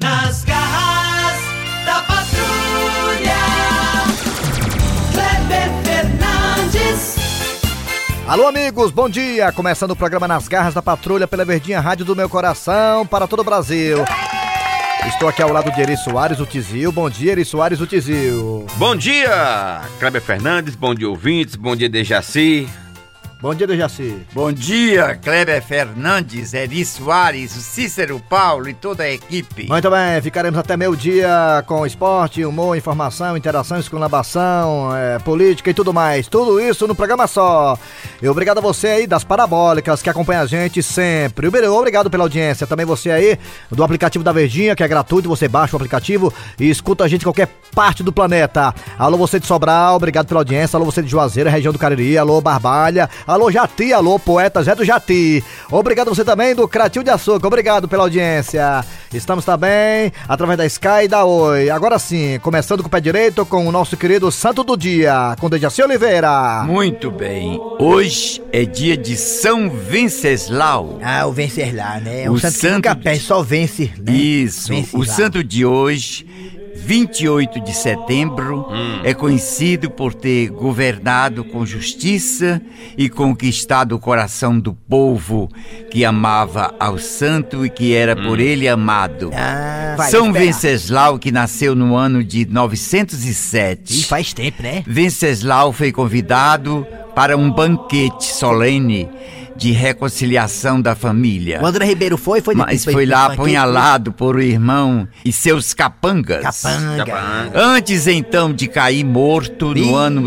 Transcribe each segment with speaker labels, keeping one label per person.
Speaker 1: Nas garras da patrulha. Kleber Fernandes.
Speaker 2: Alô, amigos, bom dia! Começando o programa Nas Garras da Patrulha pela Verdinha Rádio do Meu Coração para todo o Brasil. Estou aqui ao lado de Eri Soares, o Tizil. Bom dia, Eri Soares, o Tizil.
Speaker 3: Bom dia, Kleber Fernandes, bom dia, ouvintes, bom dia, Dejaci.
Speaker 2: Bom dia, Dejaci.
Speaker 4: Bom dia, Kleber Fernandes, Eri Soares, Cícero Paulo e toda a equipe.
Speaker 2: Muito bem, ficaremos até meio-dia com esporte, humor, informação, interação, esculabação, eh, política e tudo mais. Tudo isso no programa só. E obrigado a você aí das parabólicas que acompanha a gente sempre. Obri- Obrigado pela audiência. Também você aí do aplicativo da Verdinha, que é gratuito, você baixa o aplicativo e escuta a gente em qualquer parte do planeta. Alô, você de Sobral, obrigado pela audiência. Alô, você de Juazeiro, região do Cariri. Alô, Barbalha. Alô, Jati. Alô, Poeta Zé do Jati. Obrigado você também do Cratil de Açúcar. Obrigado pela audiência. Estamos também através da Sky e da Oi. Agora sim, começando com o pé direito com o nosso querido Santo do Dia, com Dejaci Oliveira.
Speaker 4: Muito bem, hoje é dia de São Venceslau.
Speaker 5: Ah, o vencer lá,
Speaker 6: É
Speaker 5: né?
Speaker 6: um
Speaker 5: O,
Speaker 4: O
Speaker 5: santo que
Speaker 4: santo
Speaker 5: nunca
Speaker 4: de-
Speaker 5: perde, só vence, né?
Speaker 4: Isso, o
Speaker 5: Venceslau.
Speaker 4: santo de hoje, 28 de setembro, é conhecido por ter governado com justiça e conquistado o coração do povo que amava ao santo e que era por ele amado.
Speaker 5: Ah, vai
Speaker 4: São
Speaker 5: esperar.
Speaker 4: Venceslau, que nasceu no ano de
Speaker 5: Ih,
Speaker 4: 907.
Speaker 5: faz tempo, né?
Speaker 4: Venceslau foi convidado para um banquete solene de reconciliação da família.
Speaker 5: O André Ribeiro foi, foi
Speaker 4: É. Mas
Speaker 5: depois-
Speaker 4: foi lá
Speaker 5: depois-
Speaker 4: apunhalado por o irmão e seus capangas.
Speaker 5: Capanga.
Speaker 3: Capanga.
Speaker 4: Antes então de cair morto
Speaker 5: Ih,
Speaker 4: no ano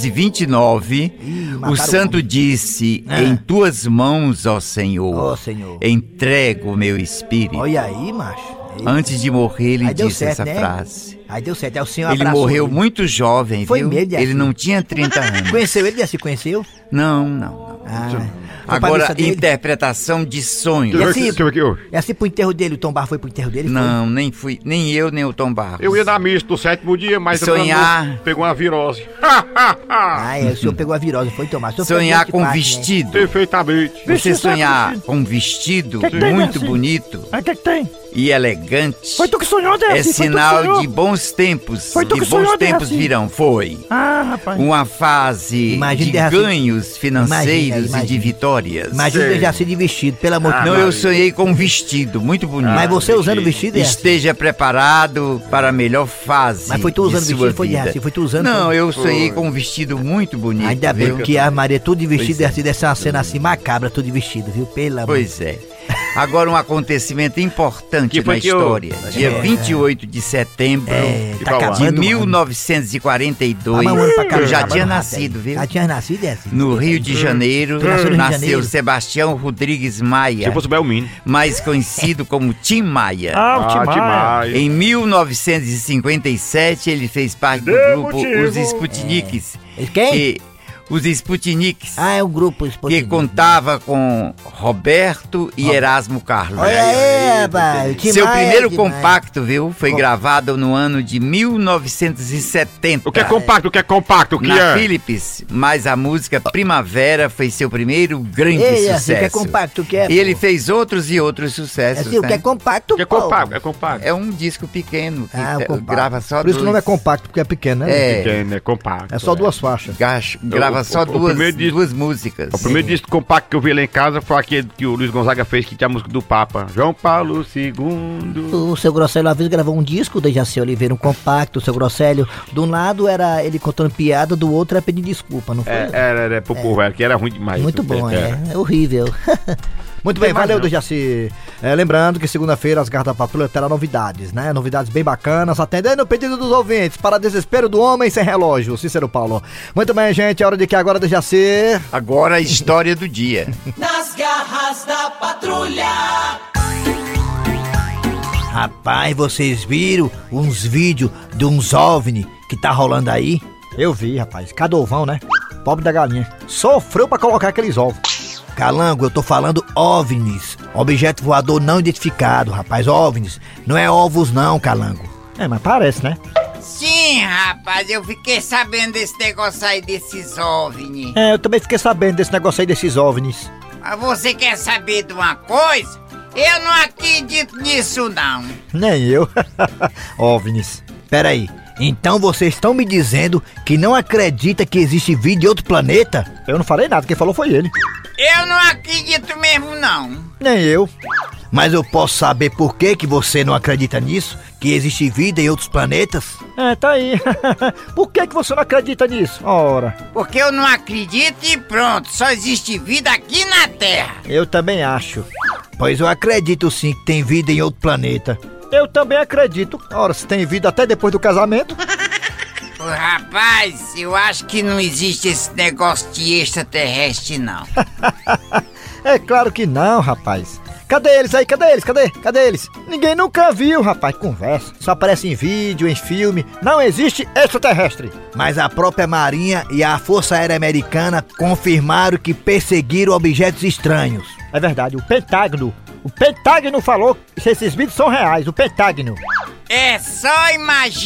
Speaker 4: 929,
Speaker 5: mataram
Speaker 4: o
Speaker 5: o
Speaker 4: santo
Speaker 5: homem.
Speaker 4: disse:
Speaker 5: Ah.
Speaker 4: Em tuas mãos, ó Senhor,
Speaker 5: Ó Senhor.
Speaker 4: entrego o meu espírito.
Speaker 5: Olha aí, macho. Ei,
Speaker 4: Antes de morrer, ele
Speaker 5: Aí deu
Speaker 4: disse
Speaker 5: certo,
Speaker 4: essa
Speaker 5: né?
Speaker 4: frase.
Speaker 5: Aí deu certo, aí o senhor
Speaker 4: Ele
Speaker 5: abraçou
Speaker 4: morreu muito jovem,
Speaker 5: Foi
Speaker 4: viu?
Speaker 5: mesmo, Diacinho?
Speaker 4: ele não tinha 30 anos.
Speaker 5: Conheceu ele, já se conheceu?
Speaker 4: Não, não, não.
Speaker 5: Ah, foi pra missa
Speaker 4: Agora,
Speaker 5: dele?
Speaker 4: interpretação de
Speaker 5: E
Speaker 4: sonhos.
Speaker 5: assim,
Speaker 7: Deixa eu ver aqui, ó.
Speaker 5: e assim pro enterro dele, o Tom Barro foi pro enterro dele?
Speaker 4: Não, nem fui, nem eu, nem o Tom Barros.
Speaker 7: Eu ia na missa do sétimo dia, mas eu
Speaker 4: Sonhar.
Speaker 7: pegou uma virose.
Speaker 5: Foi? Ah, é, o
Speaker 4: Hum.
Speaker 5: senhor pegou a virose, foi tomar. O senhor foi
Speaker 4: Sonhar
Speaker 5: doente
Speaker 4: com
Speaker 5: parte, né?
Speaker 4: vestido.
Speaker 7: Perfeitamente.
Speaker 4: Você sonhar com um vestido muito
Speaker 5: assim?
Speaker 4: bonito e elegante
Speaker 8: Foi tu que sonhou, Deus?
Speaker 4: é sinal de bons tempos.
Speaker 8: Foi tu
Speaker 4: De
Speaker 8: que sonhou,
Speaker 4: bons tempos
Speaker 8: Deus?
Speaker 4: virão, foi.
Speaker 8: Ah, rapaz.
Speaker 4: Uma fase
Speaker 5: assim. Imagina,
Speaker 4: de
Speaker 5: Deus, assim.
Speaker 4: ganhos
Speaker 5: Imagina,
Speaker 4: financeiros e de
Speaker 5: imagina.
Speaker 4: vitórias.
Speaker 5: Imagina ele assim, já se de vestido, pelo amor de
Speaker 4: Não,
Speaker 5: Deus.
Speaker 4: eu sonhei Ah, com um vestido muito bonito.
Speaker 5: Mas você usando o vestido, é?
Speaker 4: Esteja preparado para a melhor fase.
Speaker 5: Mas foi tu usando
Speaker 4: de sua
Speaker 5: vestido, foi,
Speaker 4: vida.
Speaker 5: Dejaci? Foi tu usando,
Speaker 4: Não,
Speaker 5: foi?
Speaker 4: eu sonhei com um vestido muito bonito.
Speaker 5: Ainda
Speaker 4: viu?
Speaker 5: bem que a Maria tudo de vestido
Speaker 4: Pois é.
Speaker 5: assim, deve ser uma cena assim macabra, tudo de vestido, viu? Pelo amor
Speaker 4: Pois é. Agora um acontecimento importante
Speaker 7: Que foi
Speaker 4: na
Speaker 7: que eu-
Speaker 4: história. Dia
Speaker 5: É.
Speaker 4: 28 de setembro
Speaker 5: É, tá
Speaker 7: Igual a-
Speaker 4: de
Speaker 5: acabando. mano.
Speaker 4: 1942.
Speaker 5: Tá mamando pra
Speaker 4: eu
Speaker 5: caramba,
Speaker 4: já
Speaker 5: mano,
Speaker 4: tinha
Speaker 5: rapaz.
Speaker 4: nascido, viu?
Speaker 5: Já tinha nascido, é assim.
Speaker 4: No Rio de Janeiro,
Speaker 5: Tu nasceu no Rio de
Speaker 4: nasceu
Speaker 5: Janeiro?
Speaker 4: Sebastião Rodrigues Maia,
Speaker 7: Se fosse o Belmino.
Speaker 4: mais conhecido como Tim Maia.
Speaker 8: Ah, o Timar.
Speaker 7: demais.
Speaker 4: Em 1957, ele fez parte do grupo Os Sputniks.
Speaker 5: É. Quem?
Speaker 4: que- os Sputniks,
Speaker 5: Ah, é um grupo
Speaker 4: que
Speaker 5: esportivo.
Speaker 4: contava com Roberto e Erasmo Carlos.
Speaker 5: Olha aí, rapaz. É, que
Speaker 4: Seu
Speaker 5: mais
Speaker 4: primeiro
Speaker 5: demais.
Speaker 4: compacto, viu, foi gravado no ano de 1970.
Speaker 7: O que é compacto? O que é compacto? O que
Speaker 4: na
Speaker 7: é?
Speaker 4: Philips, mas a música Primavera foi seu primeiro grande
Speaker 5: Ei, assim,
Speaker 4: sucesso.
Speaker 5: o que é compacto, o que é?
Speaker 4: E ele
Speaker 5: pô?
Speaker 4: fez outros e outros
Speaker 5: É
Speaker 4: sucessos.
Speaker 5: assim, o
Speaker 4: né?
Speaker 5: que é compacto,
Speaker 7: O que é
Speaker 5: pô?
Speaker 7: compacto? É compacto.
Speaker 4: É um disco pequeno que
Speaker 5: Ah,
Speaker 4: te-
Speaker 5: compacto.
Speaker 4: grava só
Speaker 2: Por isso que o
Speaker 4: dois.
Speaker 2: nome é compacto, porque é pequeno, né?
Speaker 4: É,
Speaker 7: Pequeno, é compacto.
Speaker 2: É só duas faixas.
Speaker 4: gacho- grava
Speaker 7: O-
Speaker 4: só
Speaker 7: o- o
Speaker 4: duas,
Speaker 7: primeiro disco-
Speaker 4: duas músicas. É.
Speaker 7: O primeiro disco compacto que eu vi lá em casa foi aquele que o Luiz Gonzaga fez, que tinha a música do Papa. João Paulo II.
Speaker 5: O seu Grosselho, uma vez, gravou um disco do Jaci Oliveira, um compacto, o seu Grosselho. De um lado era ele contando piada, do outro era pedir desculpa, não foi?
Speaker 7: É, era, era pro povo, era, que era ruim demais.
Speaker 5: Muito bom,
Speaker 7: Era.
Speaker 5: é. É horrível.
Speaker 2: Muito bem, valeu, Dejaci. É, lembrando que segunda-feira as Garras da Patrulha terá novidades, né? Novidades bem bacanas, atendendo o pedido dos ouvintes para desespero do homem sem relógio, Cícero Paulo. Muito bem, gente, é hora de que agora, Dejaci...
Speaker 4: Agora a história do dia.
Speaker 1: Nas garras da patrulha.
Speaker 5: Rapaz, vocês viram uns vídeos de uns OVNI que tá rolando aí?
Speaker 2: Eu vi, rapaz, cada ovão, né? Pobre da galinha. Sofreu pra colocar aqueles ovos.
Speaker 5: Calango, eu tô falando OVNIs, objeto voador não identificado, rapaz, OVNIs. Não é ovos não, Calango.
Speaker 2: É, mas parece, né?
Speaker 9: Sim, rapaz, eu fiquei sabendo desse negócio aí desses OVNI.
Speaker 2: É, eu também fiquei sabendo desse negócio aí desses ovnis.
Speaker 9: Mas você quer saber de uma coisa?
Speaker 4: Eu não acredito nisso, não.
Speaker 5: Nem eu. Ó, Vinícius, peraí. Então vocês estão me dizendo que não acredita que existe vida de outro planeta? Eu não falei nada, quem falou foi ele.
Speaker 4: Eu não acredito mesmo, não.
Speaker 5: Nem eu. Mas eu posso saber por que, que você não acredita nisso? Que existe vida em outros planetas?
Speaker 2: É, tá aí. Por que, que você não acredita nisso? Ora,
Speaker 4: Porque eu não acredito e pronto, só existe vida aqui na Terra.
Speaker 2: eu também acho.
Speaker 5: Pois eu acredito sim que tem vida em outro planeta.
Speaker 2: Eu também acredito.
Speaker 8: Ora, se tem vida até depois do casamento.
Speaker 4: Ô, rapaz, eu acho que não existe esse negócio de extraterrestre, não.
Speaker 8: É claro que não, rapaz. Cadê eles aí? Cadê eles? Cadê? Cadê eles? Ninguém nunca viu, rapaz. Conversa. Só aparece em vídeo, em filme. Não existe extraterrestre.
Speaker 5: Mas a própria Marinha e a Força Aérea Americana confirmaram que perseguiram objetos estranhos.
Speaker 2: É verdade, o Pentágono. O Pentágono falou que esses vídeos são reais, o Pentágono.
Speaker 4: É só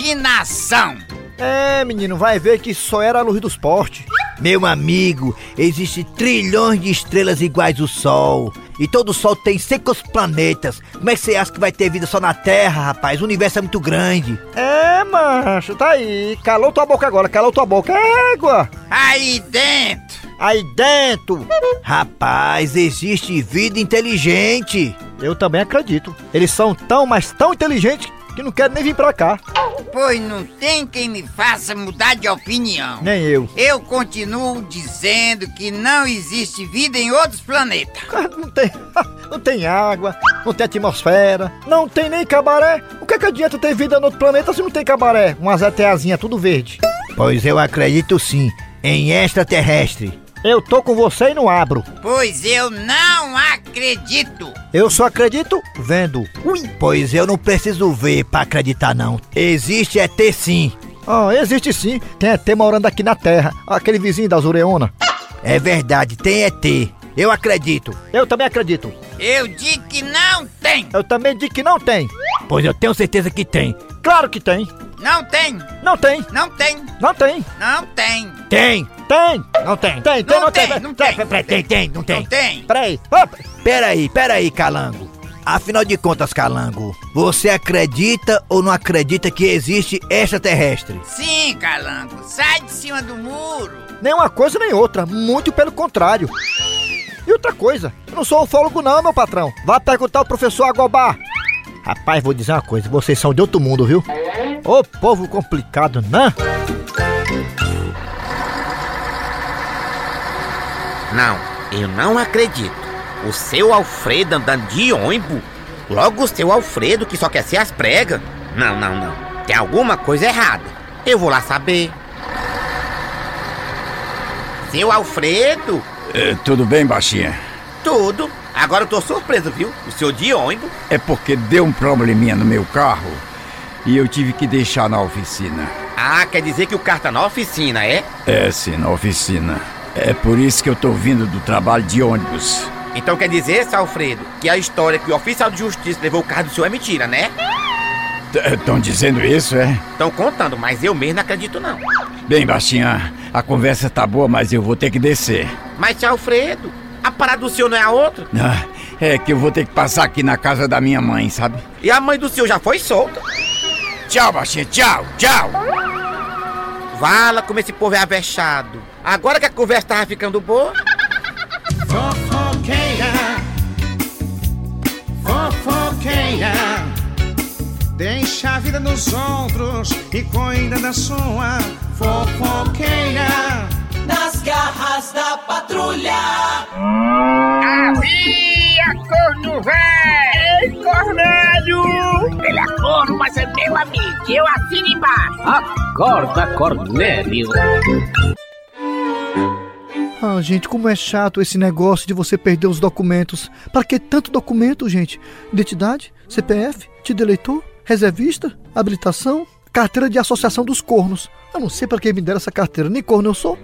Speaker 4: imaginação.
Speaker 8: É, menino, vai ver que só era a luz dos portes.
Speaker 5: Meu amigo, existe trilhões de estrelas iguais ao Sol. E todo Sol tem secos planetas. Como é que você acha que vai ter vida só na Terra, rapaz? O universo é muito grande.
Speaker 2: É, macho, tá aí. Calou tua boca agora, calou tua boca. Égua!
Speaker 4: Aí dentro.
Speaker 2: Aí dentro!
Speaker 5: Rapaz, existe vida inteligente.
Speaker 2: Eu também acredito. Eles são tão, mas tão inteligentes que não querem nem vir pra cá.
Speaker 4: Pois não tem quem me faça mudar de opinião.
Speaker 2: Nem eu.
Speaker 4: Eu continuo dizendo que não existe vida em outros planetas.
Speaker 2: Não tem, não tem água, não tem atmosfera, não tem nem cabaré. O que, é que adianta ter vida no outro planeta se não tem cabaré? Umas ETAzinha tudo verde.
Speaker 5: Pois eu acredito sim em extraterrestre.
Speaker 2: Eu tô com você e não abro.
Speaker 4: Pois eu não acredito.
Speaker 2: Eu só acredito vendo.
Speaker 5: Ui, pois eu não preciso ver pra acreditar não. Existe é ter sim.
Speaker 2: Ah, existe sim. Tem ET morando aqui na Terra. Aquele vizinho da Zureona.
Speaker 5: É verdade, tem é ter. Eu acredito.
Speaker 2: Eu também acredito.
Speaker 4: Eu digo que não tem.
Speaker 2: Eu também digo que não tem.
Speaker 5: Pois eu tenho certeza que tem.
Speaker 2: Claro que tem.
Speaker 4: Não tem.
Speaker 2: Não tem.
Speaker 4: Não tem.
Speaker 2: Não tem.
Speaker 4: Não tem.
Speaker 5: Tem.
Speaker 2: Tem.
Speaker 5: Não tem.
Speaker 2: Tem, tem,
Speaker 4: Não
Speaker 2: não tem.
Speaker 4: tem, não tem.
Speaker 5: Peraí, tem, tem, não tem.
Speaker 4: Não tem.
Speaker 2: Peraí. Opa.
Speaker 5: Peraí, peraí, Calango. Afinal de contas, Calango, você acredita ou não acredita que existe extraterrestre?
Speaker 4: Sim, calango. Sai de cima do muro.
Speaker 2: Nem uma coisa nem outra, muito pelo contrário. E outra coisa, eu não sou ufólogo não, meu patrão. Vá perguntar ao professor Agobá. Rapaz, vou dizer uma coisa, vocês são de outro mundo, viu? Ô povo complicado, né?
Speaker 10: Não, eu não acredito. O seu Alfredo andando de ônibus? Logo o seu Alfredo que só quer ser as pregas? Não, não, não. Tem alguma coisa errada. Eu vou lá saber. Seu Alfredo?
Speaker 6: Eh, tudo bem, baixinha?
Speaker 10: Tudo. Agora eu tô surpreso, viu? O senhor de ônibus?
Speaker 6: É porque deu um probleminha no meu carro e eu tive que deixar na oficina.
Speaker 10: Ah, quer dizer que o carro tá na oficina, é?
Speaker 6: É, sim, na oficina. É por isso que eu tô vindo do trabalho de ônibus.
Speaker 10: Então quer dizer, seu Alfredo, que a história que o oficial de justiça levou o carro do senhor é mentira, né?
Speaker 6: Estão eh, dizendo isso, é?
Speaker 10: Estão contando, mas eu mesmo não acredito não.
Speaker 6: Bem, baixinha, a conversa tá boa, mas eu vou ter que descer.
Speaker 10: Mas, seu Alfredo, a parada do senhor não é a outra?
Speaker 6: Ah, É que eu vou ter que passar aqui na casa da minha mãe, sabe?
Speaker 10: E a mãe do senhor já foi solta.
Speaker 6: Tchau, baixinha, tchau, tchau!
Speaker 10: Vala como esse povo é avexado. Agora que a conversa tava ficando boa.
Speaker 11: Fofoqueira. Fofoqueira. Deixa a vida nos ombros e cuida da sua fofoqueira. Nas garras da patrulha.
Speaker 4: Havia corno velho! Ei, Cornélio! Ele é corno, mas é meu amigo, eu assino embaixo.
Speaker 8: Ah, gente, como é chato esse negócio de você perder os documentos. Pra que tanto documento, gente? Identidade, CPF, te eleitor, reservista, habilitação, carteira de associação dos cornos. Eu não sei pra quem me deram essa carteira, nem corno eu sou.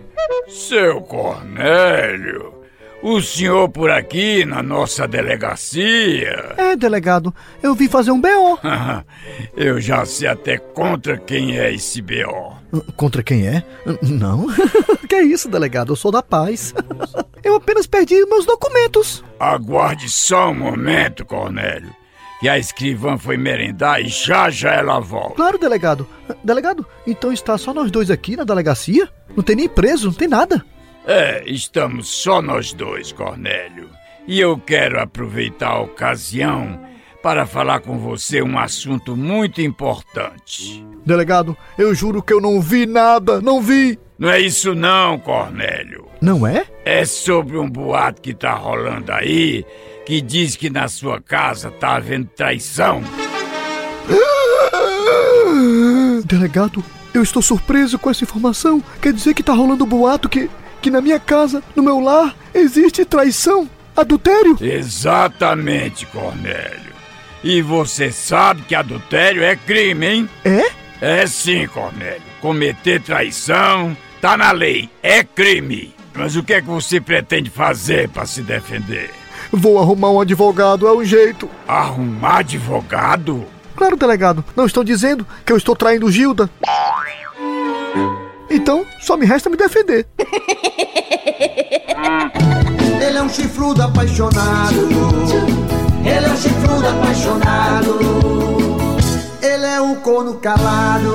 Speaker 6: Seu Cornélio, o senhor por aqui na nossa delegacia?
Speaker 8: É, delegado, eu vim fazer um BO.
Speaker 6: Eu já sei até contra quem é esse B.O.
Speaker 8: Contra quem é? Não. que isso, delegado, eu sou da paz. Eu apenas perdi meus documentos.
Speaker 6: Aguarde só um momento, Cornélio. Que a escrivã foi merendar e já já ela volta.
Speaker 8: Claro, delegado. Delegado, então está só nós dois aqui na delegacia? Não tem nem preso, não tem nada.
Speaker 6: É, estamos só nós dois, Cornélio. E eu quero aproveitar a ocasião para falar com você um assunto muito importante.
Speaker 8: Delegado, eu juro que eu não vi nada, não vi.
Speaker 6: Não é isso não, Cornélio.
Speaker 8: Não é?
Speaker 6: É sobre um boato que tá rolando aí, que diz que na sua casa tá havendo traição.
Speaker 8: Delegado, eu estou surpreso com essa informação. Quer dizer que tá rolando um boato que que na minha casa, no meu lar, existe traição, adultério?
Speaker 6: Exatamente, Cornélio. E você sabe que adultério é crime, hein?
Speaker 8: É?
Speaker 6: É sim, Cornélio. Cometer traição tá na lei, é crime. Mas o que é que você pretende fazer para se defender?
Speaker 8: Vou arrumar um advogado, é um jeito.
Speaker 6: Arrumar advogado?
Speaker 8: Claro, delegado. Não estão dizendo que eu estou traindo Gilda? Então, só me resta me defender.
Speaker 12: Ele é um chifrudo apaixonado. Ele é um chifrudo apaixonado. Ele é um corno calado.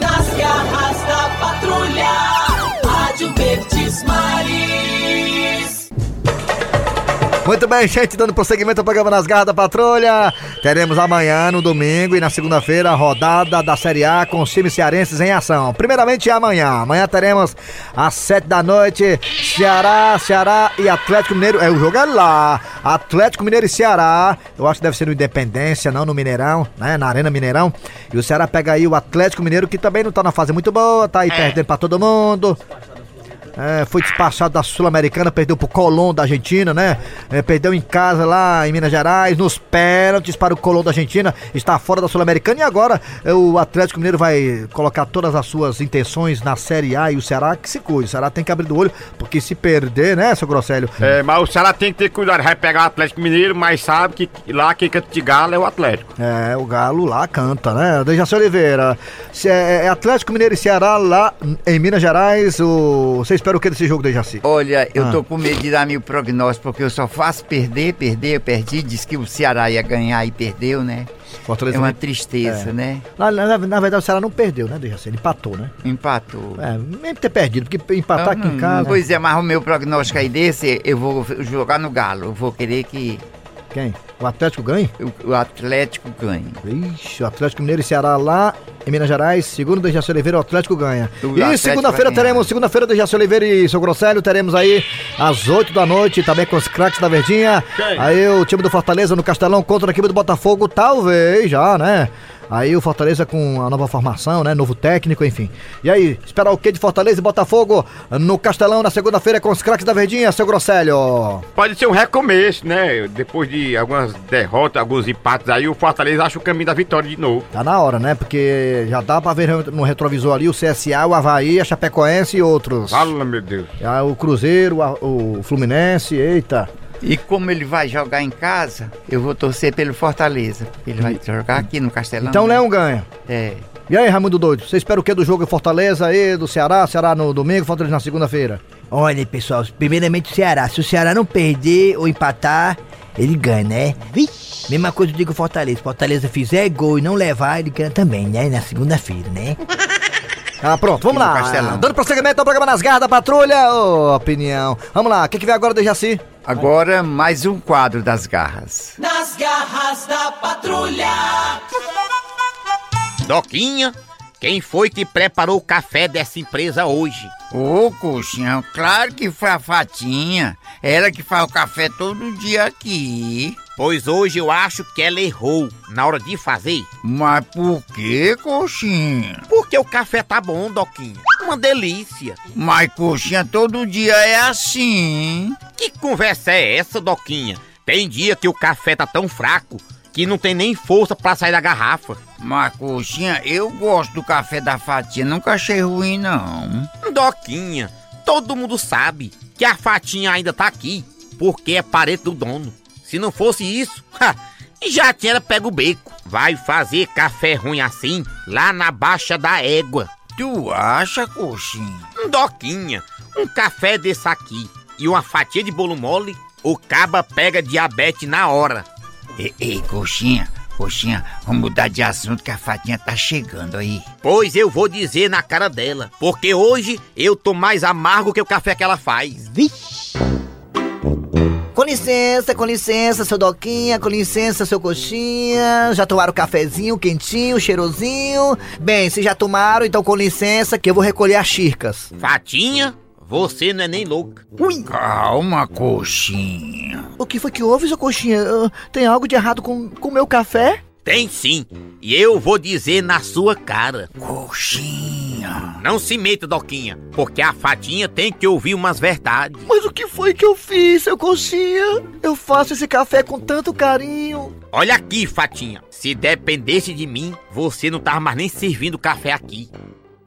Speaker 11: Nas garras da patrulha, Rádio Verdes Maris.
Speaker 2: Muito bem, gente, dando prosseguimento ao programa Nas Garras da Patrulha. Teremos amanhã, no domingo e na segunda-feira, a rodada da Série A com os times cearenses em ação. Primeiramente, amanhã. Amanhã teremos às sete da noite, Ceará, Ceará e Atlético Mineiro. É, o jogo é lá. Atlético Mineiro e Ceará. Eu acho que deve ser no Independência, não no Mineirão, né? Na Arena Mineirão. E o Ceará pega aí o Atlético Mineiro, que também não tá na fase muito boa, tá aí perdendo pra todo mundo. É, foi despachado da Sul-Americana, perdeu pro Colón da Argentina, né? É, perdeu em casa lá em Minas Gerais, nos pênaltis para o Colón da Argentina, está fora da Sul-Americana e agora é, o Atlético Mineiro vai colocar todas as suas intenções na Série A e o Ceará que se cuide. O Ceará tem que abrir do olho, porque se perder, né, seu Grosselho?
Speaker 7: É, mas o Ceará tem que ter cuidado, vai pegar o Atlético Mineiro, mas sabe que lá quem canta de galo é o Atlético.
Speaker 2: É, o Galo lá canta, né? Dejaci Oliveira, Ce- é Atlético Mineiro e Ceará lá em Minas Gerais, o... você espera o que desse jogo, Dejaci?
Speaker 4: Olha, eu
Speaker 2: Ah.
Speaker 4: tô com medo de dar meu prognóstico, porque eu só faço perder, perder, eu perdi. Diz que o Ceará ia ganhar e perdeu, né?
Speaker 2: Fortaleza
Speaker 4: é uma
Speaker 2: não-
Speaker 4: tristeza,
Speaker 2: é.
Speaker 4: né?
Speaker 2: Na, na- na verdade, o Ceará não perdeu, né, Dejaci? Ele empatou, né?
Speaker 4: Empatou.
Speaker 2: É, mesmo ter perdido, porque empatar aqui em
Speaker 4: Hum,
Speaker 2: casa.
Speaker 4: Pois é, mas o meu prognóstico aí desse, eu vou jogar no Galo. Eu vou querer que
Speaker 2: Quem? O Atlético ganha?
Speaker 4: o- o Atlético ganhe.
Speaker 2: Ixi, o Atlético Mineiro e Ceará lá em Minas Gerais, segundo o Dejaci Oliveira, o Atlético ganha.
Speaker 4: O
Speaker 2: e
Speaker 4: Atlético
Speaker 2: segunda-feira
Speaker 4: vai ganhar.
Speaker 2: teremos, segunda-feira, Dejaci Oliveira e seu Grosselho, teremos aí às 8 da noite, também com os craques da Verdinha.
Speaker 7: Quem?
Speaker 2: Aí o time do Fortaleza no Castelão contra a equipe do Botafogo, talvez já, né? Aí o Fortaleza com a nova formação, né? Novo técnico, enfim. E aí, esperar o quê de Fortaleza e Botafogo no Castelão na segunda-feira com os craques da Verdinha, seu Grosselho?
Speaker 7: Pode ser um recomeço, né? Depois de algumas derrotas, alguns empates aí, o Fortaleza acha o caminho da vitória de novo.
Speaker 2: Tá na hora, né? Porque já dá pra ver no retrovisor ali o CSA, o Havaí, a Chapecoense e outros.
Speaker 7: Fala, meu Deus.
Speaker 2: Ah, o Cruzeiro, o A- o Fluminense, eita.
Speaker 4: E como ele vai jogar em casa, eu vou torcer pelo Fortaleza. Ele vai jogar aqui no Castelão.
Speaker 2: Então o
Speaker 4: né?
Speaker 2: Leão ganha.
Speaker 4: É.
Speaker 2: E aí, Raimundo Doido, você espera o que do jogo em Fortaleza aí, do Ceará? Ceará no domingo, Fortaleza na segunda-feira.
Speaker 5: Olha, pessoal, primeiramente o Ceará. Se o Ceará não perder ou empatar, ele ganha, né? Vixe. Mesma coisa eu digo Fortaleza. Se Fortaleza fizer gol e não levar, ele ganha também, né? Na segunda-feira, né?
Speaker 2: Ah, pronto, vamos
Speaker 4: E no
Speaker 2: lá.
Speaker 4: Castelão.
Speaker 2: Dando prosseguimento ao programa Nas Garras da Patrulha, ô, opinião. Vamos lá, o que, que vem agora do Jaci?
Speaker 4: Agora mais um quadro das garras.
Speaker 11: Nas garras da patrulha.
Speaker 10: Doquinha, quem foi que preparou o café dessa empresa hoje?
Speaker 4: Ô, coxinha, claro que foi a Fatinha. Ela que faz o café todo dia aqui.
Speaker 10: Pois hoje eu acho que ela errou na hora de fazer.
Speaker 4: Mas por que, coxinha?
Speaker 10: Porque o café tá bom, Doquinha. Uma delícia.
Speaker 4: Mas coxinha todo dia é assim.
Speaker 10: Que conversa é essa, Doquinha? Tem dia que o café tá tão fraco que não tem nem força pra sair da garrafa.
Speaker 4: Mas coxinha, eu gosto do café da Fatinha, nunca achei ruim não.
Speaker 10: Doquinha, todo mundo sabe que a fatinha ainda tá aqui porque é parede do dono. Se não fosse isso, ha, já tinha pego o beco. Vai fazer café ruim assim lá na Baixa da Égua.
Speaker 4: Tu acha, coxinha?
Speaker 10: um doquinha, um café desse aqui e uma fatia de bolo mole, o caba pega diabetes na hora.
Speaker 4: Ei, ei, coxinha, coxinha, vamos mudar de assunto que a fatinha tá chegando aí.
Speaker 10: Pois eu vou dizer na cara dela, porque hoje eu tô mais amargo que o café que ela faz. Vixe!
Speaker 13: Com licença, com licença, seu Doquinha, com licença, seu Coxinha. Já tomaram o cafezinho quentinho, cheirosinho? Bem, se já tomaram, então com licença que eu vou recolher as xircas.
Speaker 10: Fatinha, você não é nem louca.
Speaker 13: Ui!
Speaker 6: Calma, coxinha.
Speaker 13: O que foi que houve, seu Coxinha? Ah, Tem algo de errado com o meu café?
Speaker 10: Tem sim, e eu vou dizer na sua cara.
Speaker 6: Coxinha.
Speaker 10: Não se meta, Doquinha, porque a Fatinha tem que ouvir umas verdades.
Speaker 13: Mas o que foi que eu fiz, seu Coxinha? Eu faço esse café com tanto carinho.
Speaker 10: Olha aqui, Fatinha, se dependesse de mim, você não tava mais nem servindo café aqui.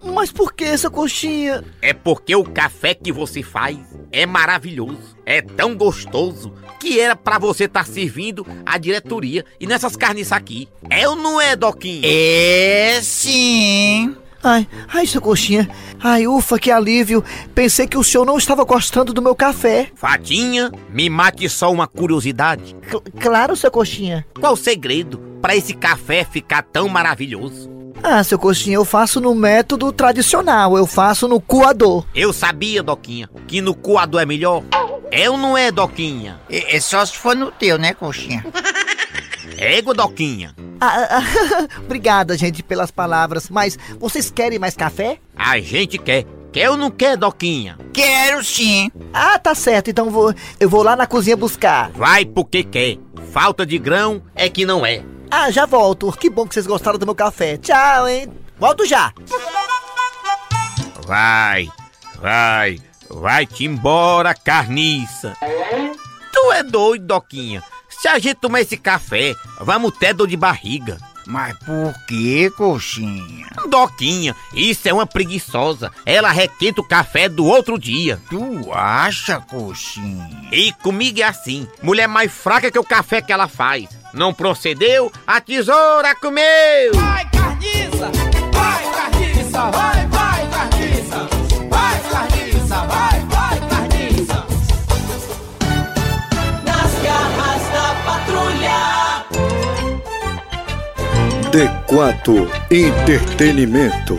Speaker 13: Mas por que, seu Coxinha?
Speaker 10: É porque o café que você faz é maravilhoso, é tão gostoso que era pra você estar servindo a diretoria e nessas carnes aqui. É ou não é, Doquinha?
Speaker 4: É sim.
Speaker 13: Ai, ai, seu Coxinha. Ai, ufa, que alívio. Pensei que o senhor não estava gostando do meu café.
Speaker 10: Fatinha, me mate só uma curiosidade.
Speaker 13: Cl- claro, seu Coxinha.
Speaker 10: Qual o segredo pra esse café ficar tão maravilhoso?
Speaker 13: Ah, seu Coxinha, eu faço no método tradicional. Eu faço no coador.
Speaker 10: Eu sabia, Doquinha, que no coador é melhor. É ou não é, Doquinha?
Speaker 4: É, é só se for no teu, né, coxinha?
Speaker 10: Égua, Doquinha.
Speaker 13: Ah, ah, ah, Obrigada, gente, pelas palavras. Mas vocês querem mais café?
Speaker 10: A gente quer. Quer ou não quer, Doquinha?
Speaker 4: Quero sim.
Speaker 13: Ah, tá certo. Então vou, eu vou lá na cozinha buscar.
Speaker 10: Vai porque quer. Falta de grão é que não é.
Speaker 13: Ah, já volto. Que bom que vocês gostaram do meu café. Tchau, hein? Volto já.
Speaker 10: Vai, vai, vai-te embora, carniça. Tu é doido, Doquinha. Se a gente tomar esse café, vamos ter dor de barriga.
Speaker 4: Mas por que, coxinha?
Speaker 10: Doquinha, isso é uma preguiçosa. Ela requenta o café do outro dia.
Speaker 4: Tu acha, coxinha?
Speaker 10: E comigo é assim. Mulher mais fraca que o café que ela faz. Não procedeu, a tesoura comeu.
Speaker 11: Vai, carniça! Vai, carniça! Vai, vai, carniça! Vai, carniça! Vai, vai, carniça! Nas garras da patrulha!
Speaker 14: D4 Entretenimento.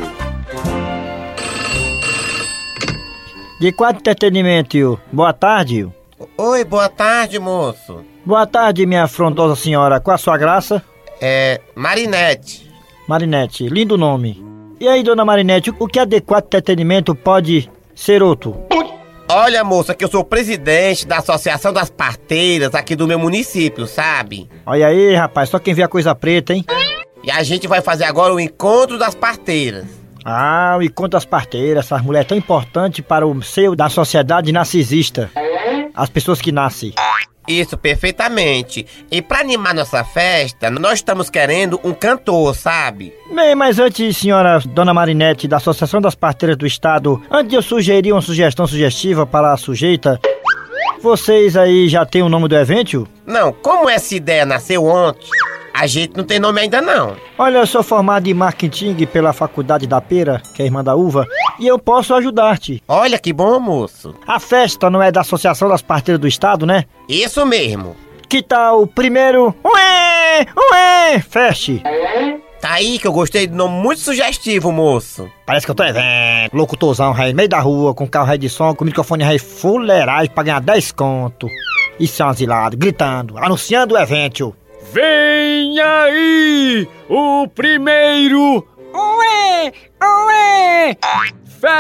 Speaker 15: De quatro entretenimento, tio. Boa tarde. tio.
Speaker 16: Oi, boa tarde, moço.
Speaker 15: Boa tarde, minha afrontosa senhora. Qual a sua graça?
Speaker 16: É Marinette.
Speaker 15: Marinete, lindo nome. E aí, dona Marinete, o que adequado entretenimento pode ser outro?
Speaker 16: Olha, moça, que eu sou presidente da Associação das Parteiras aqui do meu município, sabe?
Speaker 15: Olha aí, rapaz, só quem vê a coisa preta, hein?
Speaker 16: E a gente vai fazer agora o encontro das parteiras.
Speaker 15: Ah, e quanto às parteiras, essas mulheres tão importantes para o seio da sociedade narcisista. As pessoas que nascem.
Speaker 16: Isso, perfeitamente. E pra animar nossa festa, nós estamos querendo um cantor, sabe?
Speaker 15: Bem, mas antes, senhora Dona Marinete, da Associação das Parteiras do Estado, antes de eu sugerir uma sugestão sugestiva para a sujeita, vocês aí já têm o nome do evento?
Speaker 16: Não, como essa ideia nasceu ontem, a gente não tem nome ainda não.
Speaker 15: Olha, eu sou formado em marketing pela Faculdade da Pera, que é irmã da uva, e eu posso ajudar-te.
Speaker 16: Olha que bom, moço.
Speaker 15: A festa não é da Associação das Parteiras do Estado, né?
Speaker 16: Isso mesmo.
Speaker 15: Que tal o primeiro? Ué! Ué! Feste!
Speaker 16: Tá aí que eu gostei do nome muito sugestivo, moço.
Speaker 15: Parece que eu tô evento. Locutorzão, rei, meio da rua, com carro rei de som, com microfone rei fuleiragem pra ganhar 10 conto. E são asilados, gritando, anunciando o evento.
Speaker 17: Vem aí o primeiro. Ué, ué.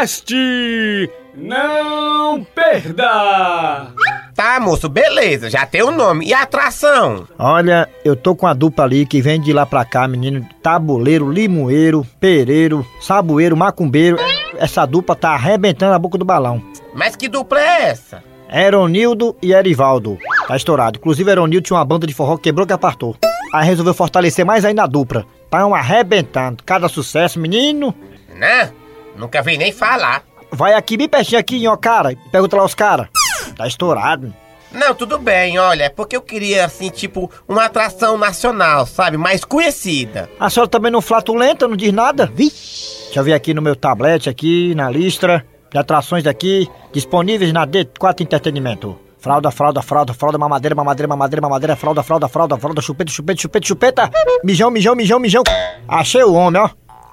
Speaker 17: Feste! Não perda!
Speaker 16: Tá, moço, beleza, já tem o nome. E a atração?
Speaker 15: Olha, eu tô com a dupla ali que vem de lá pra cá, menino. Tabuleiro, limoeiro, pereiro, saboeiro, macumbeiro. Essa dupla tá arrebentando a boca do balão.
Speaker 16: Mas que dupla é essa?
Speaker 15: Eronildo e Erivaldo. Tá estourado. Inclusive, Eronildo tinha uma banda de forró que quebrou que apartou. Aí resolveu fortalecer mais ainda a dupla. Tão arrebentando. Cada sucesso, menino.
Speaker 16: Né? Nunca vi nem falar.
Speaker 15: Vai aqui bem pertinho aqui, ó, cara. e Pergunta lá os caras. Tá estourado.
Speaker 16: Não, tudo bem, olha, é porque eu queria, assim, tipo, uma atração nacional, sabe? Mais conhecida.
Speaker 15: A senhora também não flatulenta, não diz nada? Vixe. Deixa eu ver aqui no meu tablete, aqui, na listra. de atrações daqui disponíveis na D4 Entretenimento. Fralda, fralda, fralda, fralda, mamadeira, mamadeira, mamadeira, mamadeira, fralda, fralda, fralda, fralda, chupeta, chupeta, chupeta, chupeta, mijão, mijão, mijão, mijão. Achei o homem, ó.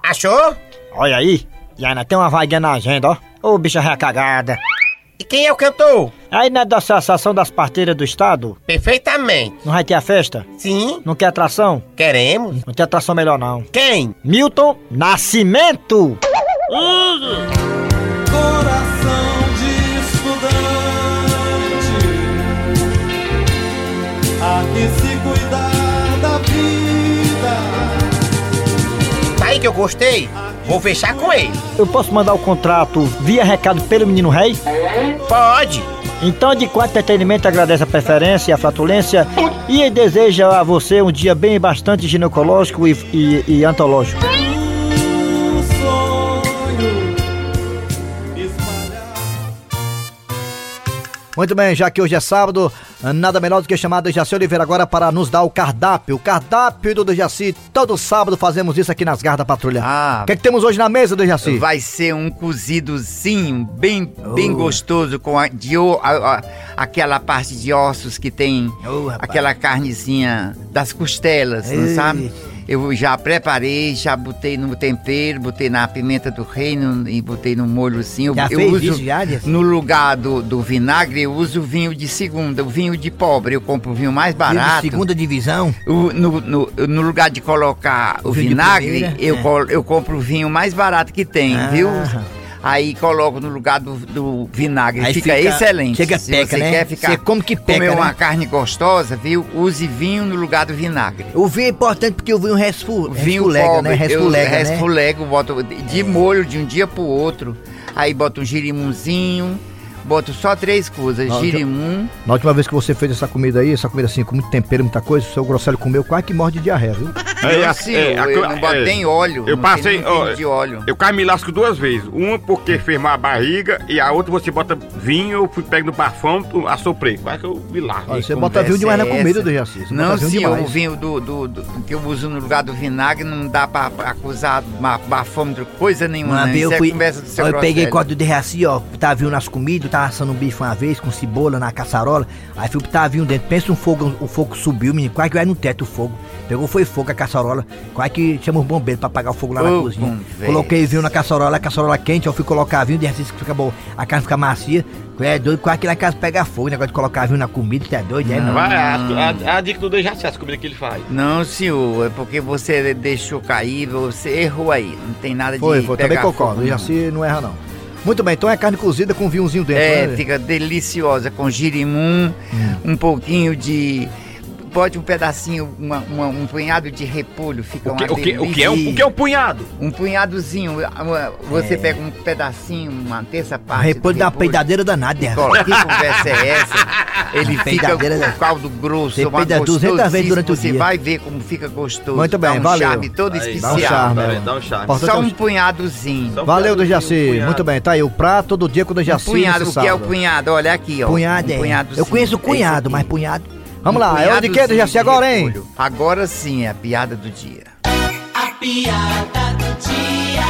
Speaker 16: Achou?
Speaker 15: Olha aí. E ainda tem uma vaguinha na agenda, ó. Ô, bicha recagada.
Speaker 16: E quem é o cantor?
Speaker 15: Aí na da Associação das Parteiras do Estado,
Speaker 16: Perfeitamente.
Speaker 15: não vai ter a festa?
Speaker 16: Sim.
Speaker 15: Não quer atração?
Speaker 16: Queremos.
Speaker 15: Não tem atração melhor, não.
Speaker 16: Quem?
Speaker 15: Milton Nascimento.
Speaker 11: Coração de estudante, há que se cuidar da vida.
Speaker 16: Tá aí que eu gostei. Vou fechar com ele.
Speaker 15: Eu posso mandar o contrato via recado pelo menino rei?
Speaker 16: Pode.
Speaker 15: Então, de quatro entretenimento, agradece a preferência e a flatulência e deseja a você um dia bem bastante ginecológico e, e, e antológico.
Speaker 11: Um sonho espalhar.
Speaker 2: Muito bem, já que hoje é sábado, nada melhor do que chamar Dejaci Oliveira agora para nos dar o cardápio. O cardápio do Dejaci, todo sábado fazemos isso aqui nas Garras da Patrulha.
Speaker 4: Ah.
Speaker 2: O que, é que temos hoje na mesa, Dejaci?
Speaker 4: Vai ser um cozidozinho bem,
Speaker 5: Oh.
Speaker 4: bem gostoso com a, de, o- a- a- aquela parte de ossos que tem aquela carnezinha das costelas, não
Speaker 5: Oh, Ei.
Speaker 4: sabe? Eu já preparei, já botei no tempero, botei na pimenta do reino e botei no molhozinho.
Speaker 5: Já
Speaker 4: eu
Speaker 5: fez
Speaker 4: uso
Speaker 5: isso já, Dejaci?
Speaker 4: no lugar do, do vinagre, eu uso vinho de segunda, o vinho de pobre. Eu compro o vinho mais
Speaker 5: de
Speaker 4: barato.
Speaker 5: segunda
Speaker 4: divisão? no, no- no lugar de colocar o
Speaker 5: Vinho de
Speaker 4: vinagre,
Speaker 5: primeira,
Speaker 4: eu,
Speaker 5: é.
Speaker 4: colo- eu compro o vinho mais barato que tem,
Speaker 5: Ah.
Speaker 4: viu? Aí coloco no lugar do, do vinagre,
Speaker 5: Aí
Speaker 4: fica,
Speaker 5: fica-
Speaker 4: excelente.
Speaker 5: chega
Speaker 4: Se
Speaker 5: peca,
Speaker 4: você
Speaker 5: né?
Speaker 4: quer ficar,
Speaker 5: Você come que peca,
Speaker 4: Comer
Speaker 5: né?
Speaker 4: uma carne gostosa, viu? Use vinho no lugar do vinagre.
Speaker 5: O vinho é importante porque o vinho resfu,
Speaker 4: Vinho
Speaker 5: resfulega,
Speaker 4: pobre,
Speaker 5: né?
Speaker 4: eu
Speaker 5: Resfulega, né? É.
Speaker 4: resfulego, boto de molho de um dia pro outro. Aí boto um girimumzinho, boto só três coisas,
Speaker 2: Não,
Speaker 4: girimum...
Speaker 2: Na última vez que você fez essa comida aí, essa comida assim, com muito tempero, muita coisa, o seu Grosselho comeu quase que morre de diarreia, viu?
Speaker 4: É, Eu
Speaker 7: a-
Speaker 4: sim, eu
Speaker 7: É assim, a- é,
Speaker 4: não botei em óleo,
Speaker 7: Eu
Speaker 4: não
Speaker 7: passei.
Speaker 4: tem- não
Speaker 7: ó,
Speaker 4: tem de óleo.
Speaker 7: Eu quase me lasco duas vezes. Uma porque firmar a barriga e a outra você bota vinho, eu fui pego no bafão, tu- assoprei. Quase que eu me lasco.
Speaker 2: Olha, você bota vinho demais na comida, do Jaci. Você
Speaker 4: Não,
Speaker 2: bota vinho
Speaker 4: senhor,
Speaker 2: demais.
Speaker 4: o vinho do, do- do- que eu uso no lugar do vinagre não dá pra, pra acusar ba- bafômetro, coisa nenhuma.
Speaker 5: Uma
Speaker 4: né?
Speaker 5: vez eu
Speaker 4: Isso é
Speaker 5: fui.
Speaker 4: conversa do seu
Speaker 5: ó, eu peguei
Speaker 4: Groselha.
Speaker 5: corte do assim, ó. Tava vindo nas comidas, tava assando um bife uma vez com cebola na caçarola. Aí fui pro tavinho dentro. Pensa um fogo, o fogo subiu, menino. Quase que vai no teto o fogo. Pegou, foi fogo a caçarola. Quase que chama os bombeiros pra apagar o fogo lá na
Speaker 4: Ô,
Speaker 5: cozinha.
Speaker 4: conversa.
Speaker 5: Coloquei vinho na caçarola, a caçarola quente. Eu fui colocar vinho, de assim que fica bom. A carne fica macia. É doido, quase que lá em casa pega fogo. Negócio de colocar vinho na comida, tu é doido,
Speaker 2: né?
Speaker 5: é? Não.
Speaker 7: Vai, a, a, a dica do Dejaci, as comidas que ele faz.
Speaker 4: Hum. Não, senhor, é porque você deixou cair, você errou aí. Não tem nada
Speaker 2: Foi,
Speaker 4: de
Speaker 2: foi, também
Speaker 4: pegar
Speaker 2: concordo.
Speaker 4: fogo, não.
Speaker 2: Dejaci não erra, não. Muito bem, então é carne cozida com vinhozinho dentro,
Speaker 4: É,
Speaker 2: né?
Speaker 4: fica deliciosa, com girimum, um pouquinho de... Pode um pedacinho, uma- uma- um punhado de repolho, fica
Speaker 7: O
Speaker 4: uma
Speaker 7: que, o, que, o, que é,
Speaker 4: delícia.
Speaker 7: um- o que é um punhado?
Speaker 4: Um punhadozinho, uma- você pega um pedacinho, uma terça parte.
Speaker 5: Repolho
Speaker 4: do
Speaker 5: dá uma
Speaker 4: repolho.
Speaker 5: peidadeira danada, né?
Speaker 4: Cola, que conversa é essa? Ele
Speaker 5: Uma
Speaker 4: fica
Speaker 5: peidadeira
Speaker 4: com
Speaker 5: da-
Speaker 4: o caldo grosso, é
Speaker 5: Você
Speaker 4: uma
Speaker 5: peida 200 vezes durante o
Speaker 4: você
Speaker 5: dia.
Speaker 4: vai ver como fica gostoso.
Speaker 2: Muito
Speaker 4: dá
Speaker 2: bem,
Speaker 4: um
Speaker 2: valeu.
Speaker 4: charme todo
Speaker 2: Aí, dá um
Speaker 4: especial.
Speaker 2: charme, Dá, é, dá um charme. Importante é
Speaker 4: Só
Speaker 2: um-
Speaker 4: um punhadozinho.
Speaker 2: Valeu, Dejaci. Muito bem, tá aí o prato do dia com o Dejaci.
Speaker 4: Punhado,
Speaker 2: nesse
Speaker 4: o que é o
Speaker 2: sábado.
Speaker 4: punhado? Olha aqui, ó.
Speaker 2: Punhado, é.
Speaker 4: um punhadozinho.
Speaker 2: Eu conheço
Speaker 4: É isso
Speaker 2: punhado,
Speaker 4: aqui. Um
Speaker 5: Mas punhado.
Speaker 2: Vamos lá, é hora de quê, Dejaci,
Speaker 4: punhadozinho
Speaker 2: agora, hein?
Speaker 4: repolho. Agora sim, é a piada do dia.
Speaker 11: A piada do dia.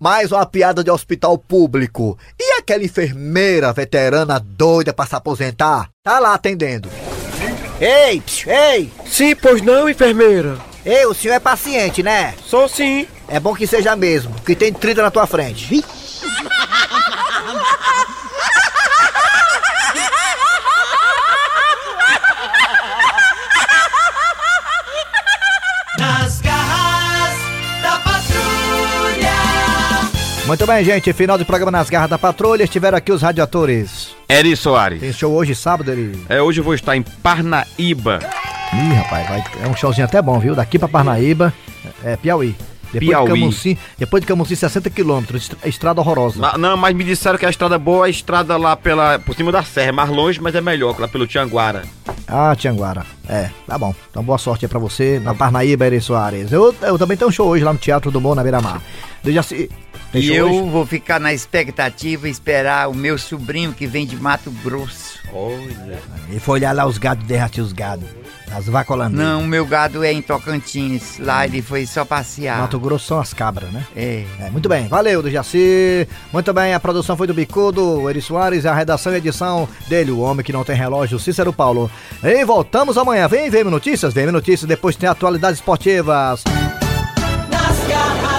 Speaker 2: Mais uma piada de hospital público. E aquela enfermeira veterana doida pra se aposentar? Tá lá atendendo.
Speaker 13: Ei, psiu, ei!
Speaker 18: Sim, pois não, enfermeira?
Speaker 13: Ei, o senhor é paciente, né?
Speaker 18: Sou sim.
Speaker 13: É bom que seja mesmo, que tem 30 na tua frente.
Speaker 11: Nas garras da patrulha.
Speaker 2: Muito bem, gente. Final do programa Nas Garras da Patrulha. Estiveram aqui os radioatores.
Speaker 7: é?
Speaker 3: Eri Soares.
Speaker 2: Tem show hoje, sábado, ele.
Speaker 3: É, hoje eu vou estar em Parnaíba.
Speaker 2: Ih, rapaz, vai- é um showzinho até bom, viu? Daqui pra Parnaíba, é Piauí. Depois
Speaker 3: Piauí.
Speaker 2: de Camusim, depois de Camusim, 60 quilômetros, estra- estrada horrorosa.
Speaker 4: Ah.
Speaker 7: Ma- não, mas me disseram que a estrada boa é a estrada lá pela, por cima da serra, é mais longe, mas é melhor, lá pelo Tianguara.
Speaker 2: Ah, Tianguara. É, tá bom. Então boa sorte aí pra você na Parnaíba, Eri Soares. Eu, eu também tenho um show hoje lá no Teatro do Bom, na Beira-Mar. Dejaci, tem
Speaker 4: E
Speaker 2: show
Speaker 4: eu
Speaker 2: hoje?
Speaker 4: vou ficar na expectativa e esperar o meu sobrinho que vem de Mato Grosso.
Speaker 3: Olha.
Speaker 5: Ele foi olhar lá os gados, derratir os gados.
Speaker 2: As vacas holandesas.
Speaker 4: Não, meu gado é em Tocantins. Lá ele foi só passear.
Speaker 2: Mato Grosso são as cabras, né?
Speaker 4: É.
Speaker 2: muito bem, valeu do Jaci. Muito bem, a produção foi do Bicudo, Eri Soares, a redação e edição dele, o homem que não tem relógio, Cícero Paulo. E voltamos amanhã. Vem, vem notícias, vem notícias, depois tem atualidades esportivas.
Speaker 11: Nas garras